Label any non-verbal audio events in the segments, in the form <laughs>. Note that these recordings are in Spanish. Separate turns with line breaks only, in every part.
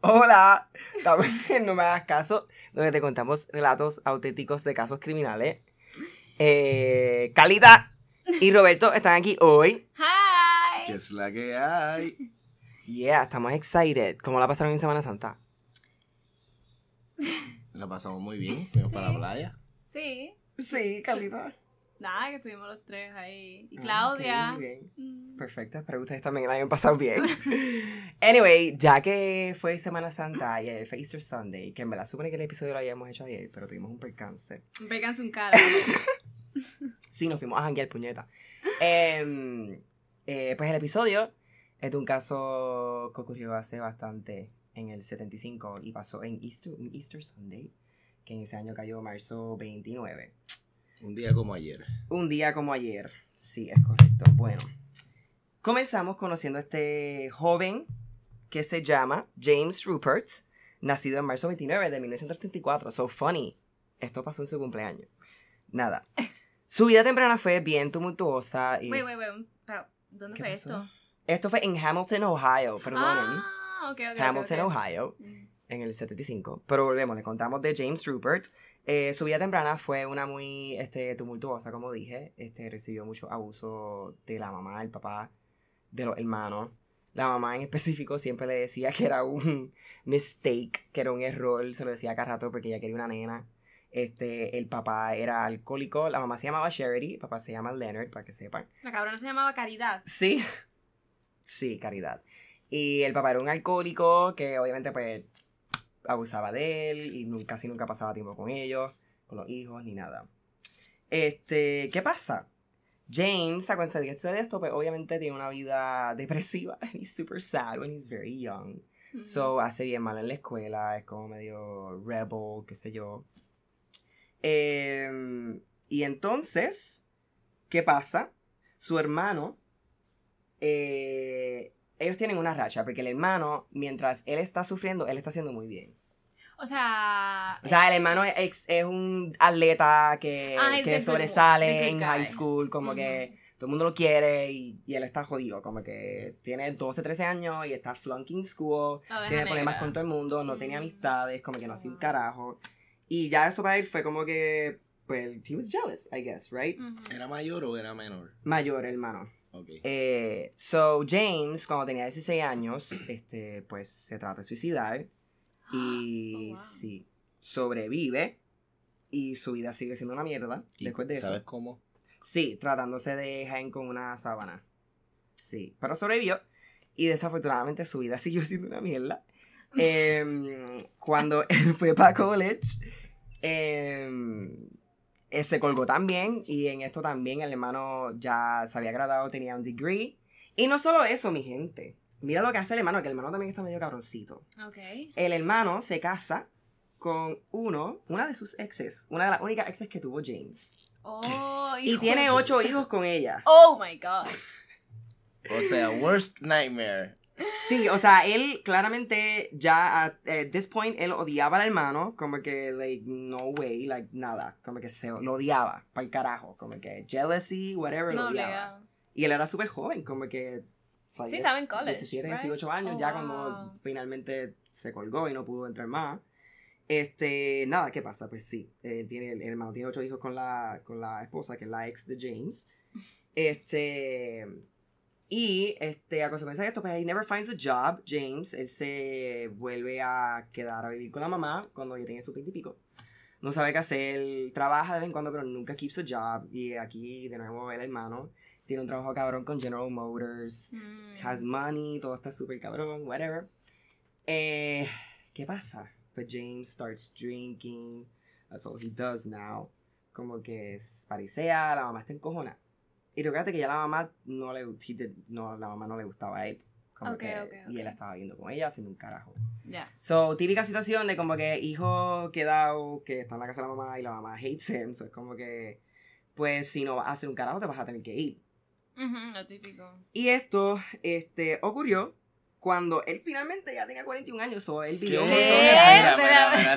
Hola, estamos <laughs> en No me hagas caso, donde te contamos relatos auténticos de casos criminales. Eh, Calita y Roberto están aquí hoy.
¡Hi!
¿Qué es la que hay?
Yeah, estamos excited. ¿Cómo la pasaron en Semana Santa?
La pasamos
<laughs>
muy bien, fuimos
Sí.
para la playa.
Sí,
Sí, Calita.
nada, que estuvimos los tres ahí. Y Claudia. Mm.
Perfecto, espero que ustedes también la hayan pasado
<laughs>
bien. anyway, ya que fue Semana Santa y ayer fue Easter Sunday, que en verdad supone que el episodio lo habíamos hecho ayer, pero tuvimos un percance.
Véganse un cara.
Sí, nos fuimos a janguear puñeta. <laughs> Em, eh, pues el episodio es de un caso que ocurrió hace bastante, en el 75, y pasó en Easter, un Easter Sunday, que en ese año cayó marzo 29.
Un día como ayer.
Un día como ayer. Sí, es correcto. Bueno, comenzamos conociendo a este joven que se llama James Rupert, nacido en marzo 29 de 1934. So funny. Esto pasó en su cumpleaños. Nada. Su vida temprana fue bien tumultuosa. Y
Wait, wait, wait. pa- ¿Dónde
¿Qué
fue
pasó?
esto?
Esto fue en Hamilton, Ohio. Perdonen.
Ah, ok, ok. ok,
Hamilton,
ok.
Ohio
Mm.
en el 75. Pero volvemos, le contamos de James Rupert. Eh, su vida temprana fue una muy este, tumultuosa, como dije. Este, recibió mucho abuso de la mamá, el papá, de los hermanos. La mamá en específico siempre le decía que era un <laughs> mistake, que era un error, se lo decía cada rato porque ella quería una nena. Este, el papá era alcohólico, la mamá se llamaba Charity, el papá se llama Leonard, para que sepan.
La cabrona se llamaba Caridad.
Sí. Sí, caridad. Y el papá era un alcohólico que obviamente pues abusaba de él y nu- casi nunca pasaba tiempo con ellos, con los hijos, ni nada. Este, ¿qué pasa? James, a consecuencia de esto, pues obviamente tiene una vida <laughs> depresiva. and He's super sad when he's very young.
Mm.
So, hace bien mal en la escuela, es como medio rebel, qué sé yo. Em, y entonces, ¿qué pasa? Su hermano, eh, ellos tienen una racha, porque el hermano, mientras él está sufriendo, él está haciendo muy bien.
O sea.
O sea, el hermano es, ex- es un atleta que,
Ah, es
que
the good- the
sobresale
good
en high
guy.
school,
mm.
como que todo el mundo lo quiere y, y él está jodido, como que tiene 12, 13 años y está flunking school. Tiene problemas con todo el mundo, no tenía
Mm.
amistades, como que no hacía un
Ah.
carajo. Y ya eso para él fue como que, pues, he was jealous, I guess,
Mm.
right?
Mm-hmm.
¿Era mayor o era menor?
Mayor, hermano.
Ok.
Eh, so, James, cuando tenía 16 años, este, pues, se trata de suicidar. Y
<gasps> Oh, wow.
sí, sobrevive. Y su vida sigue siendo una mierda
¿Y
después de eso.
¿Sabes cómo?
Sí, tratándose de Jaime con una sábana. Sí, pero sobrevivió. Y desafortunadamente su vida <laughs> siguió siendo una mierda. Em, cuando <laughs> él fue para college, em, eh, se colgó también. Y en esto también el hermano ya se había graduado, tenía un degree. Y no solo eso, mi gente. Mira lo que hace el hermano, que el hermano también está medio cabroncito.
Ok.
El hermano se casa con uno, una de sus exes, una de las únicas exes que tuvo James.
Oh,
Y
hijo
tiene
de-
ocho hijos con ella.
Oh my god.
O sea, worst nightmare.
Sí, o sea, él claramente ya a at this point él odiaba al hermano, como que like no way, like nada, como que se lo odiaba para el carajo, como que jealousy, whatever, lo
No,
odiaba.
obligado.
Y él era súper joven, como que o sea,
Sí,
diez-
estaba en college,
17,
right?
18 años,
Oh,
ya
wow.
cuando finalmente se colgó y no pudo entrar más. Este, nada, ¿qué pasa? Pues sí, él tiene, el hermano tiene ocho hijos con la, con la esposa, que es la ex de
<laughs>
James. Este, y este, a consecuencia de esto, pues he never finds a job, James. Él se vuelve a quedar a vivir con la mamá cuando ya tiene sus 20 y pico. No sabe qué hacer, trabaja de vez en cuando, pero nunca keeps a job. Y aquí, de nuevo, el hermano tiene un trabajo cabrón con General Motors
Mm.
has money, todo está súper cabrón, whatever. Eh, ¿Qué pasa? But James starts drinking, that's all he does now. Como que es parisea, la mamá está encojona. Y recuerda que ya la mamá no le, he did- no, la mamá no le gustaba a él. Como
Ok,
que-
ok, ok.
Y él la estaba viendo con ella, haciendo un carajo.
Mm. Ya.
So, típica situación de como que hijo quedado, que está en la casa de la mamá y la mamá hates him. So, es como que, pues, si no vas a hacer un carajo, te vas a tener que ir.
Ujú, Mm-hmm, Lo típico.
Y esto este, ocurrió cuando él finalmente ya tenía 41 años o él vivió un montón de
Espera,
años.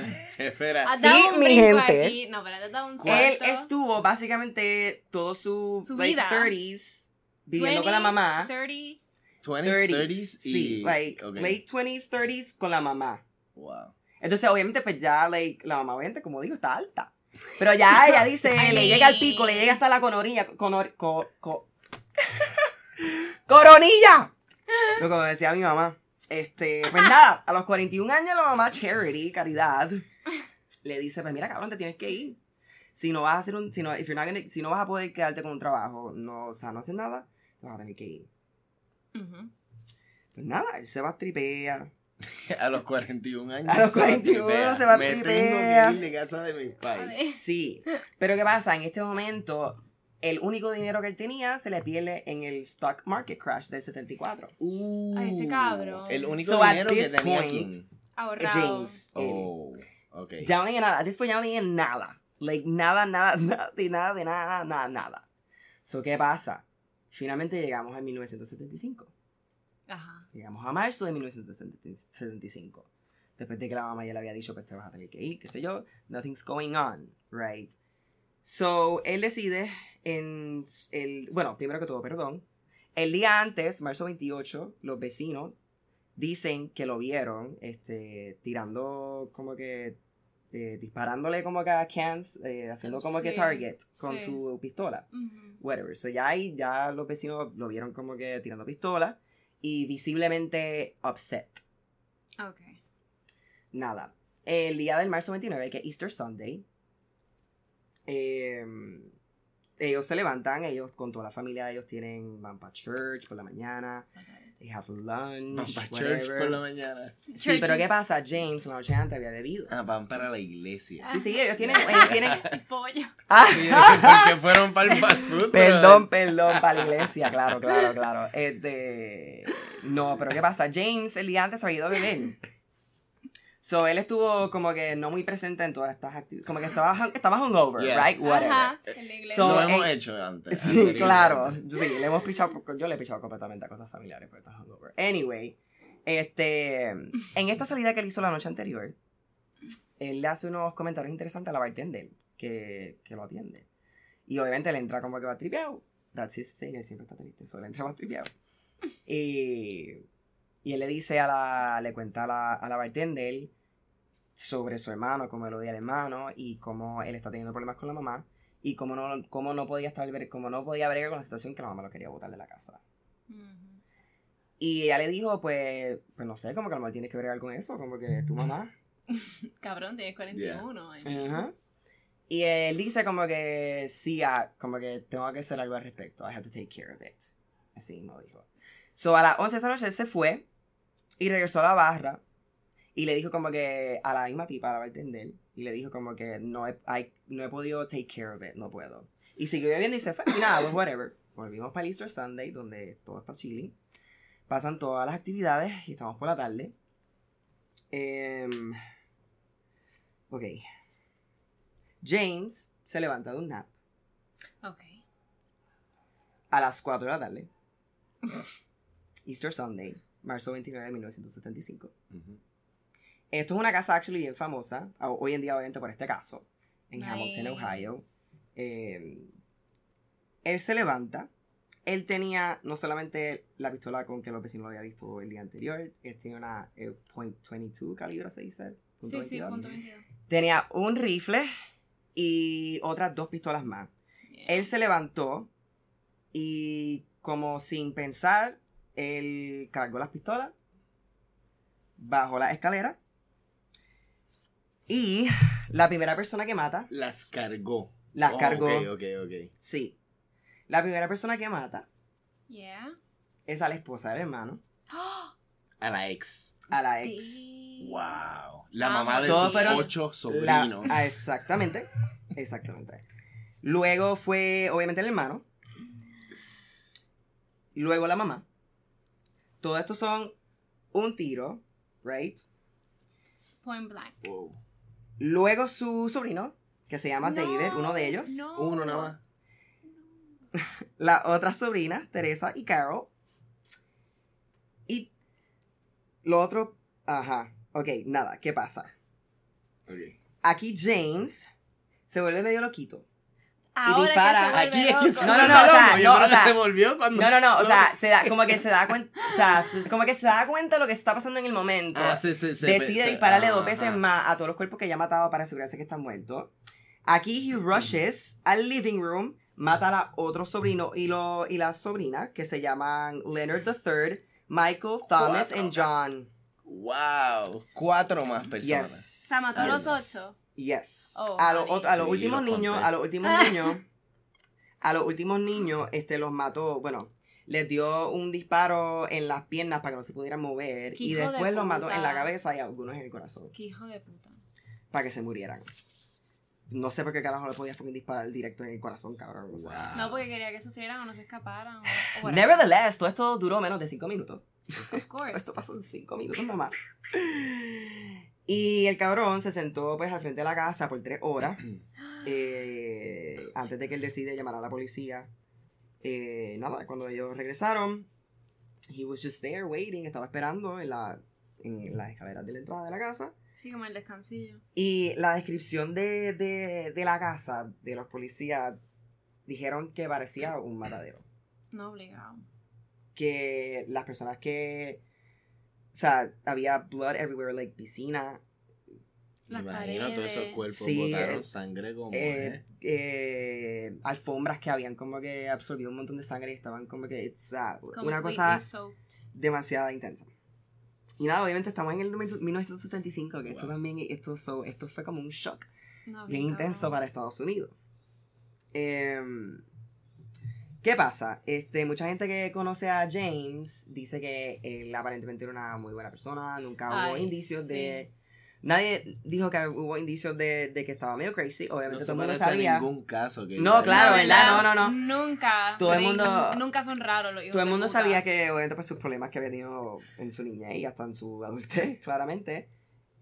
espera, espera, espera.
Has dado un
mi
brinco
gente.
aquí. No, pero has dado un
Él
salto.
estuvo básicamente todo su,
Su
like,
vida.
30s viviendo con la
20s,
mamá.
30s.
20s,
30s,
30s y...
sí, like,
ok.
late 20s, 30s con la mamá.
Wow. <laughs>
Entonces, obviamente, pues ya, like, la mamá, obviamente, como digo, está alta. Pero ya ella dice,
Ay.
le llega al pico, le llega hasta la conorilla, conor, co- co- <laughs> coronilla. Lo como decía mi mamá. Este, pues nada, a los 41 años la mamá Charity, caridad, le dice, pues mira, cabrón, te tienes que ir. Si no vas a hacer un, si no, if you're not gonna- si no vas a poder quedarte con un trabajo, no, o sea, no haces nada, te vas a tener que ir.
Ujú.
Pues nada, él se va a tripea.
A los 41 años.
A los
se va
41
tripea.
se va
Me
tripea.
tengo que ir de casa de mis
A
padres.
ver.
Sí, pero ¿qué pasa? En este momento, el único dinero que él tenía se le pierde en el stock market crash del 74.
Uh,
Ay, este cabrón.
El único
So, at
dinero que
this
tenía
point,
King.
Ahorrado.
Eh, James. él.
Oh, ok.
Ya no tenía nada. Después ya no tenía nada. Like, nada, nada, <laughs> nada, de nada, de nada, nada, nada. So, ¿qué pasa? Finalmente llegamos a 1975.
Ajá.
Llegamos a marzo de 1975. Después de que la mamá ya le había dicho, pues te vas a tener que ir, qué sé yo. Nothing's going on, right? So, él decide en el... Bueno, primero que todo, perdón. El día antes, marzo 28, los vecinos dicen que lo vieron este, tirando como que... eh, disparándole como que a cans, eh, haciendo como que
Sí,
target con
sí.
su pistola
Ujú.
whatever. So ya ahí, ya los vecinos lo vieron como que tirando pistola y visiblemente upset.
Ok.
Nada. El día del marzo 29, que es Easter Sunday, eh, ellos se levantan, ellos con toda la familia, ellos tienen, van para church por la mañana, they have lunch,
Van para
whatever.
church por la mañana.
Sí, pero ¿qué
Churches.
pasa? James la noche antes había bebido.
Ah, van para la iglesia.
Sí, sí, ellos
<laughs>
tienen... Ellos tienen... ah.
Pollo.
Sí, porque fueron para el fast food. pero-
Perdón, perdón, para
<laughs>
la iglesia, claro, claro, claro. Este, no, pero ¿qué pasa? James el día antes había ido a beber. So, él estuvo como que no muy presente en todas estas actividades. Como que estaba, hung- estaba hungover,
Yeah.
right? <laughs> Whatever.
Ajá. En la iglesia.
So-
lo hemos
eh,
hecho antes.
Sí,
anteriormente.
claro. Sí, le hemos pichado, por- yo le he pichado completamente a cosas familiares por estar hungover. Anyway, este, en esta salida que él hizo la noche anterior, él le hace unos comentarios interesantes a la bartender que, que lo atiende. Y obviamente le entra como que va tripeado. That's his thing, él siempre está triste, solo entra más tripeado. Y, y él le dice a la, le cuenta a la, a la bartender sobre su hermano, cómo él odia al hermano y cómo él está teniendo problemas con la mamá y cómo no, cómo no podía estar cómo no podía bregar con la situación que la mamá lo quería botar de la casa.
Ujú.
Y ella le dijo, pues, pues no sé, como que a lo mejor tienes que bregar con eso, como que es tu mamá.
Cabrón, tienes 41. años.
Ajá. Y eh, él dice como que sí, ah, como que tengo que hacer algo al respecto. I have to take care of it. Así mismo dijo. So a las 11 de esa noche él se fue y regresó a la barra y le dijo como que a la misma tipa, a la bartender, y le dijo como que no he, I- no he podido take care of it, no puedo. Y siguió bebiendo y se fue. Y nada, pues whatever. Volvimos para el Easter Sunday, donde todo está chilling. Pasan todas las actividades y estamos por la tarde. Em, ok. James se levanta de un nap
Ok.
a las 4 de la
<laughs>
tarde. Easter Sunday, marzo 29 de 1975.
Ujú.
Esto es una casa actually bien famosa, a- hoy en día obviamente por este caso, en
Nice.
Hamilton, Ohio. Eh, él se levanta, él tenía no solamente la pistola con que los vecinos lo había visto el día anterior, él tenía una eh, .22 calibre, se dice. punto
Sí, sí,
22.
punto 22.
Tenía un rifle y otras dos pistolas más.
Yeah.
Él se levantó y como sin pensar, él cargó las pistolas, bajó la escalera y la primera persona que mata,
Las cargó.
las
Oh,
cargó.
Ok, ok, ok.
Sí. La primera persona que mata
Yeah.
es a la esposa del hermano,
¡Ah!
A la ex.
a la ex.
Sí.
Wow. La
Ah,
mamá de
todos
sus
fueron-
ocho
La-
sobrinos.
ah, exactamente. Exactamente. Luego fue, obviamente, el hermano. Luego la mamá. Todo esto son un tiro, right?
Point blank.
Wow.
Luego su sobrino, que se llama
No,
David, uno de ellos.
no.
Uno nada más.
Las otras sobrinas, Teresa y Carol. Y lo otro, ajá, ok, nada, ¿qué pasa?
Ok.
Aquí James se vuelve medio loquito.
Ahora
dispara.
que se
Aquí es
vuelve
que
loco.
se
No, no,
vuelve
no, o sea,
loco. Yo
no,
creo
o
que
sea,
se volvió cuando.
No, no, no, o sea, se da, como que se da cuenta, o sea, se- como que se da cuenta lo que está pasando en el momento.
Ah, se- se- se-
Decide
se-
dispararle
ajá,
dos veces
ajá.
más a todos los cuerpos que ya ha matado para asegurarse que están muertos. Aquí he rushes al living room, mata a otro sobrino y, lo, y la sobrina, que se llaman Leonard III, Michael, Thomas and John.
Wow. Cuatro más personas.
Yes.
sea, mató
a los
ocho.
Yes.
Oh,
a, los,
honey.
ot- a los
Sí,
últimos
los
niños,
conté.
a los últimos
<laughs>
niños, a los últimos niños, este, los mató, bueno, les dio un disparo en las piernas para que no se pudieran mover
Qué
y
hijo de
después los mató
puta.
en la cabeza y algunos en el corazón
Qué hijo de puta.
para que se murieran. No sé por qué carajo le podía fucking disparar directo en el corazón, cabrón. o sea.
Wow.
No, pues, porque quería que sufrieran o no se
<laughs>
escaparan. o- o whatever.
Nevertheless, todo esto duró menos de 5 minutos.
Of course.
Esto pasó en 5 minutos nomás. Y el cabrón se sentó pues al frente de la casa por 3 horas. eh, antes de que él decide llamar a la policía. Eh, nada, cuando ellos regresaron, he was just there waiting, estaba esperando en, la, en las escaleras de la entrada de la casa.
Sí, como el descansillo.
Y la descripción de, de, de la casa de los policías dijeron que parecía un matadero.
No obligado.
Que las personas que. O sea, había blood everywhere, like piscina.
Me
Las
imagino todos esos
paredes.
cuerpos
Sí,
botaron
eh,
sangre como.
eh,
eh.
eh, alfombras que habían como que absorbido un montón de sangre y estaban como que. o sea,
Completely
una cosa
soaked.
demasiada intensa. Y nada, obviamente estamos en el 1975, que esto
Wow.
también, esto, so- esto fue como un shock.
No
bien
obligado.
intenso para Estados Unidos. Em, ¿Qué pasa? Este, mucha gente que conoce a James dice que él aparentemente era una muy buena persona, nunca hubo
Ay,
indicios
sí.
de... Nadie dijo que hubo indicios de, de que estaba medio crazy,
No
obviamente
se
todo el mundo
parece a
sabía.
ningún caso que.
No, Claro,
La
¿verdad? No, no,
Nunca.
Todo el
Freddy,
mundo-
Nunca son raros los hijos.
Todo el
de
mundo
puta.
sabía que, obviamente, por sus problemas que había tenido en su niñez y hasta en su adultez, <laughs> claramente.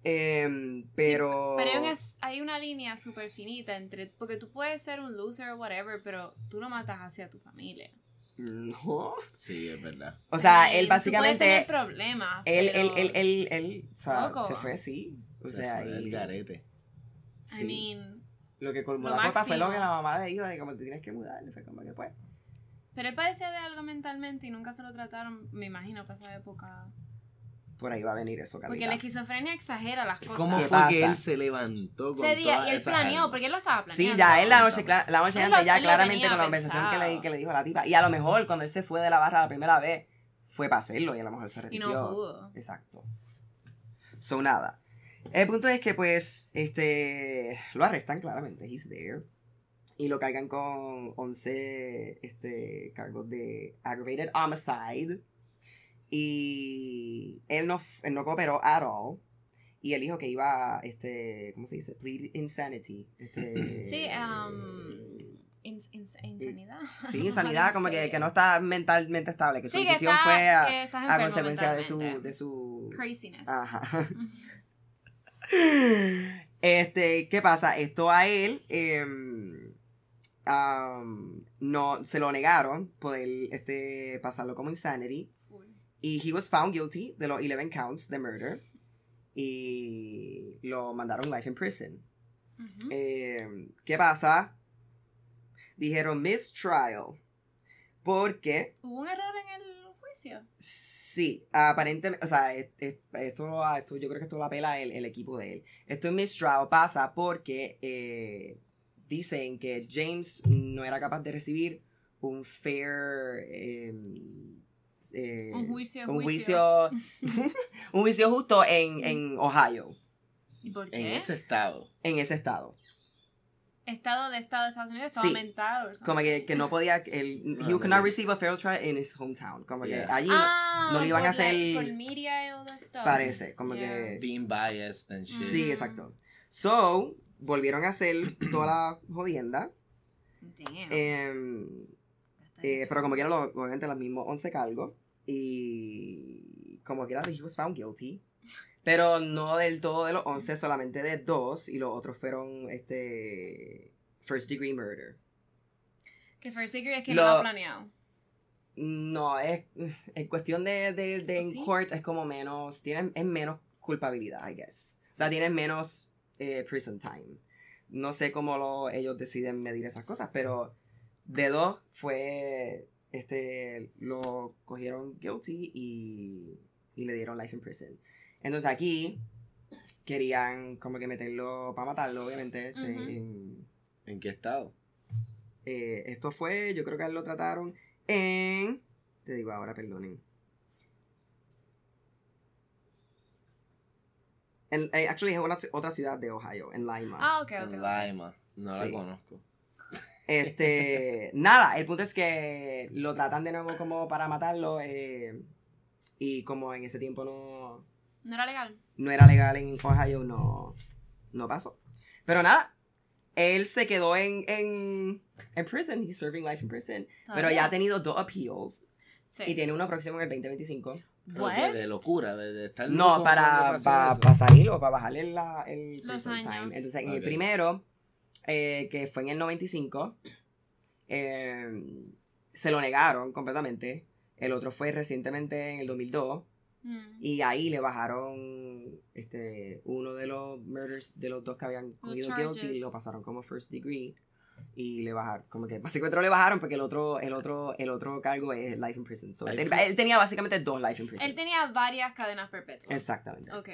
Em, pero...
Pero hay una, hay una línea súper finita entre. Porque tú puedes ser un loser o whatever, pero tú no matas hacia tu familia.
No.
Sí, es verdad.
O sea,
Ay,
él
Tú puedes tener
básicamente...
problemas.
Él,
pero-
él, él, él, él, o sea,
Loco.
se fue, sí. O
Se
sea,
fue
y-
el garete.
sí.
I mean.
lo que colmó
lo
la copa fue lo
máximo.
que la mamá le dijo, de como te tienes que mudar, y fue como que pues.
Pero él padecía de algo mentalmente y nunca se lo trataron, me imagino, para esa época.
Por ahí va a venir eso,
Porque
Carlita.
la esquizofrenia exagera las cosas.
¿Cómo
¿Qué
fue
pasa?
que él se levantó con
Ese día,
todas
y él
esas
planeó,
armas?
porque él lo estaba planeando.
Sí, ya él la noche,
Cuéntame.
cla- la noche
Él
antes,
lo-
ya
él lo
claramente
tenía
con la conversación que le,
pensado.
que le dijo la tipa. Y a lo mejor cuando él se fue de la barra la primera vez, fue para hacerlo y a lo mejor se
Y
repitió.
no pudo.
Exacto. So, nada. El punto es que, pues, este, lo arrestan claramente, he's there. Y lo cargan con 11 este, cargos de aggravated homicide. Y él no, f- él no cooperó at all. Y él dijo que iba, a, este, ¿cómo se dice? Plead insanity. Este,
Sí, um,
<clears throat>
ins- ins- insanidad. <laughs>
sí, insanidad, como que,
sé.
que no está mentalmente estable, que su
Sí, que
decisión
está-
fue a,
que estás
a
enfermo
consecuencia de su,
mentalmente.
de su
Craziness.
Ajá. <laughs> Este, ¿qué pasa? Esto a él em, am, no se lo negaron poder este, pasarlo como insanity.
Full.
Y he was found guilty de los 11 counts de murder. Y lo mandaron life in prison.
Ujú.
Em, ¿Qué pasa? Dijeron mistrial. Porque
Hubo un error en el juicio.
Sí, aparentemente, o sea, es- es- esto, lo ha- esto- yo creo que esto lo apela el, el equipo de él. Esto en Miss Trout pasa porque eh, dicen que James no era capaz de recibir un fair... eh, eh,
Un juicio.
un juicio, <laughs> un juicio justo en, en Ohio,
¿Y por
En
qué?
ese estado.
en ese estado.
Estado de Estado de Estados Unidos estaba
Sí.
mental.
Como que, que no podía, el, he
Ah,
could not receive a fair trial in his hometown. Como que
Yeah.
allí
ah,
no le iban a
por la-
hacer-
Por media y all that stuff.
parece, como
Yeah.
que...
Being biased and shit.
Sí,
Ujú.
exacto. So, volvieron a hacer toda la jodienda.
Damn.
em,
Está
eh,
hecho.
pero como quiera, lo- obviamente los mismos 11 cargos. Y como quiera, he was found guilty. Pero no del todo de los 11, solamente de dos. Y los otros fueron este first degree murder.
Que First Secret es que
Lo-
no lo ha planeado.
No, es en cuestión de, de, de en
¿Oh, ¿Sí?
court es como menos, tienen es menos culpabilidad, I guess. O sea, tienen menos eh, prison time. No sé cómo lo- ellos deciden medir esas cosas, pero de dos fue, este, lo cogieron guilty y, y le dieron life in prison. Entonces aquí querían como que meterlo para matarlo, obviamente. este,
Ujú.
en-
¿En qué estado?
eh, esto fue, yo creo que a él lo trataron en... Te digo ahora, perdonen. En, eh, actually es una ci- otra ciudad de Ohio, en Lima.
Ah, ok, ok.
En
ok.
Lima. No
Sí.
la conozco.
Este, nada, el punto es que lo tratan de nuevo como para matarlo eh, y como en ese tiempo no,
No era legal.
no era legal en Ohio, no, no pasó. Pero nada, él se quedó en, en, en prison, he's serving life in prison.
Ah,
Pero ya ha tenido dos appeals
Sí.
y tiene uno próximo en el 2025.
Pero
What?
que de locura, de, de estar
No,
loco
para,
cuando pasa
para,
eso.
para salir o para bajarle la, el
Los
prison
años.
time. Entonces, en el
Ok.
primero, eh, que fue en el 95, eh, se lo negaron completamente. El otro fue recientemente en el 2002
Mm.
y ahí le bajaron este uno de los murders de los dos que habían cogido guilty
charges.
lo pasaron como first degree y le bajaron como que básicamente no le bajaron porque el otro el otro el otro cargo es life in prison So, él,
Ahí
ten-
fue.
él tenía básicamente dos life in prison
Él tenía varias cadenas perpetuas.
exactamente
Ok.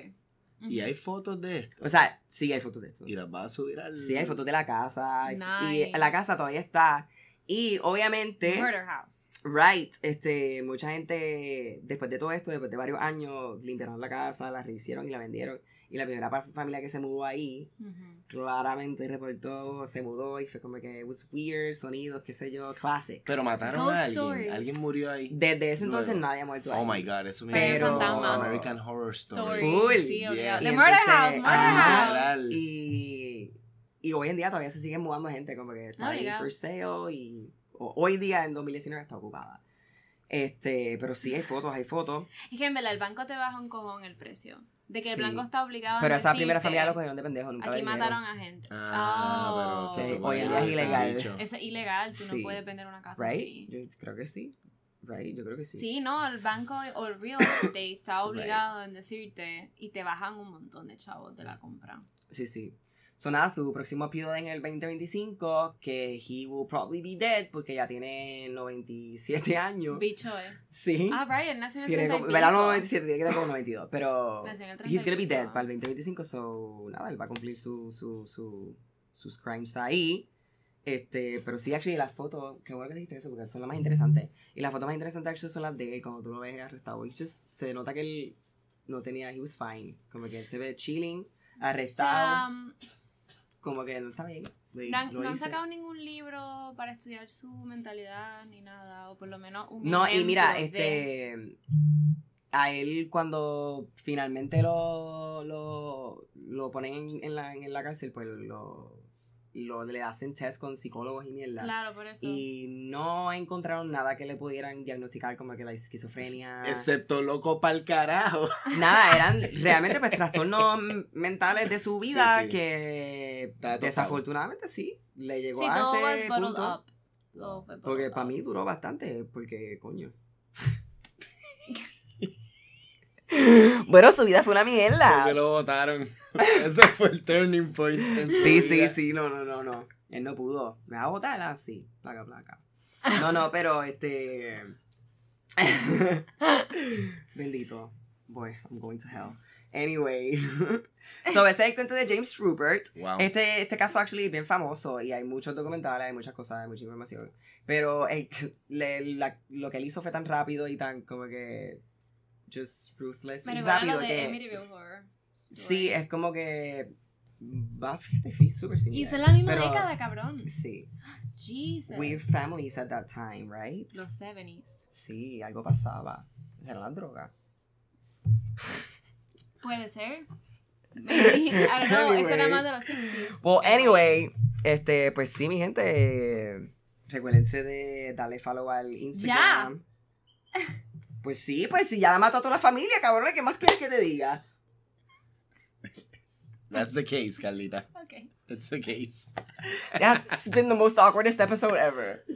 Ujú.
Y hay fotos de esto.
o sea sí hay fotos de esto
Y las vas a subir al.
sí hay fotos de la casa y-
Nice.
y la casa todavía está y obviamente
Murder House.
Right, este, mucha gente, después de todo esto, después de varios años, limpiaron la casa, la rehicieron y la vendieron. Y la primera pa- familia que se mudó ahí,
Ujú.
claramente reportó, se mudó y fue como que, it was weird, sonidos, qué sé yo, classic.
Pero mataron
Ghost
a alguien.
stories.
Alguien murió ahí.
Desde ese entonces
Luego.
nadie ha muerto ahí.
Oh my god, eso me
Pero-
encantó. American Horror Story.
Story.
Full.
Sí, obligado.
Yes.
The
Y
Murder
entonces,
House, Murder
ajá,
House.
Literal.
Y, y hoy en día todavía se siguen mudando gente, como que está
Oh,
ahí
yeah.
for sale y o- hoy día en 2019 está ocupada. Este, pero sí hay fotos, hay fotos.
Es que en verdad el banco te baja un cojón el precio. De que el
Sí.
banco está obligado a
Pero esa
decirte,
primera familia lo cogieron de pendejo, nunca
Ah, Aquí
la dijeron.
mataron a gente.
Ah,
Oh.
pero se
Sí,
supone
hoy en
que
día es
lo hubiesen
ilegal.
dicho.
Eso es ilegal, tú
Sí.
no puedes vender una casa
Right?
así.
Yo creo que sí. Right, yo creo que sí.
Sí. no, el banco o el real estate está obligado en decirte y te bajan un montón de chavos de la compra.
Sí, sí. So, nada, su próximo appeal en el 2025, que he will probably be dead porque ya tiene 97 años.
Bicho, eh.
sí.
Ah, Brian nació en el
tiene como,
35.
¿verdad? No 97, tiene que tener como 92, pero
Nació en el
he's gonna be
35.
dead para el 2025, so nada, él va a cumplir su, su, su, sus crimes ahí. Este, pero sí, actually, las fotos, qué bueno que dijiste eso, porque son las más interesantes. Y las fotos más interesantes, actually, son las de él, cuando tú lo ves arrestado. He's just- se nota que él no tenía, he was fine. Como que él se ve chilling,
O sea,
arrestado,
um,
como que no está bien. Like,
no han,
lo
no han
hice.
sacado ningún libro para estudiar su mentalidad ni nada, o por lo menos un
No, y mira,
ejemplo de-
este. A él, cuando finalmente lo, lo, lo ponen en, en la, en la cárcel, pues lo, lo- le hacen test con psicólogos y mierda.
Claro, por eso.
Y no encontraron nada que le pudieran diagnosticar como que la esquizofrenia.
Excepto loco pa'l carajo. <laughs>
Nada, eran realmente pues trastornos m- mentales de su vida
Sí, sí.
que
Está tocado.
desafortunadamente sí, le
si
llegó a
todo was
ese
bottled
punto.
up. Todo fue
Porque
bottled
para
up.
mí duró bastante, porque coño. <laughs> bueno, su vida fue una
Porque
mierda.
lo votaron. <laughs> Ese fue el turning point. en su
Sí, sí,
vida.
sí, no, no, no, no. Él no pudo. Me va a votar así, placa, placa. No, no, pero este. <laughs> Bendito. Boy, I'm going to hell. Anyway. <laughs> so, ese es el cuento de James Rupert.
Wow.
Este, este caso, actually, es bien famoso y hay muchos documentales, hay muchas cosas, hay mucha información. Pero eh, <laughs> le- la- lo que él hizo fue tan rápido y tan como que. Just ruthless
Me
y
recuerda
rápido
lo de
que.
Amityville Horror. Story.
Sí, es como que. Va, fíjate, fui súper similar.
Y son la misma
eh, pero-
década, cabrón.
Sí.
Jesus.
We're families at that time, right?
Los 70s.
Sí, algo pasaba. Era la droga. <laughs>
Puede ser. Maybe. I don't know. Eso era
Anyway.
más de los 60s.
Well, anyway, este, pues sí, mi gente. eh, Recuérdense de darle follow al Instagram. Pues sí, pues sí, ya la mató a toda la familia, cabrón. ¿Qué más quieres que te diga?
That's the case, Carlita.
Ok.
That's the case.
That's been the most awkwardest episode ever. <laughs>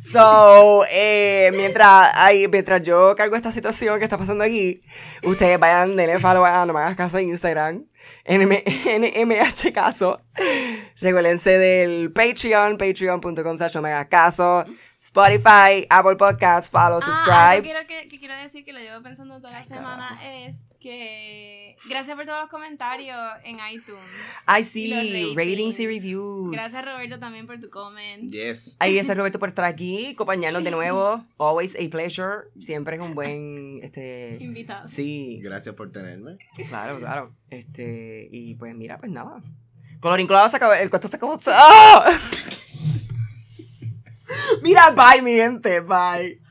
So, eh, mientras, ay, mientras yo cargo esta situación que está pasando aquí, ustedes vayan, denle follow a No Me Hagas Caso en Instagram. NM NMH Caso. Recuérdense del Patreon, patreon.com slash omega caso, Spotify, Apple Podcasts, follow,
Ah, algo
subscribe.
quiero que, que quiero decir que lo llevo pensando toda la
Ay,
semana
carajo.
es que gracias por todos los comentarios en iTunes.
Ay,
y
sí,
los
ratings y
ratings.
reviews.
Gracias Roberto también por tu comment.
Yes.
Ay, gracias Roberto por estar aquí, acompañarnos de nuevo. Always a pleasure. Siempre es un buen, este,
Invitado.
sí,
Gracias por tenerme.
Claro, claro. Este, y pues mira, pues nada. Colorín colorado se acabó, el cuento se <laughs> acabó. ¡Ah! mira, bye, mi gente, bye.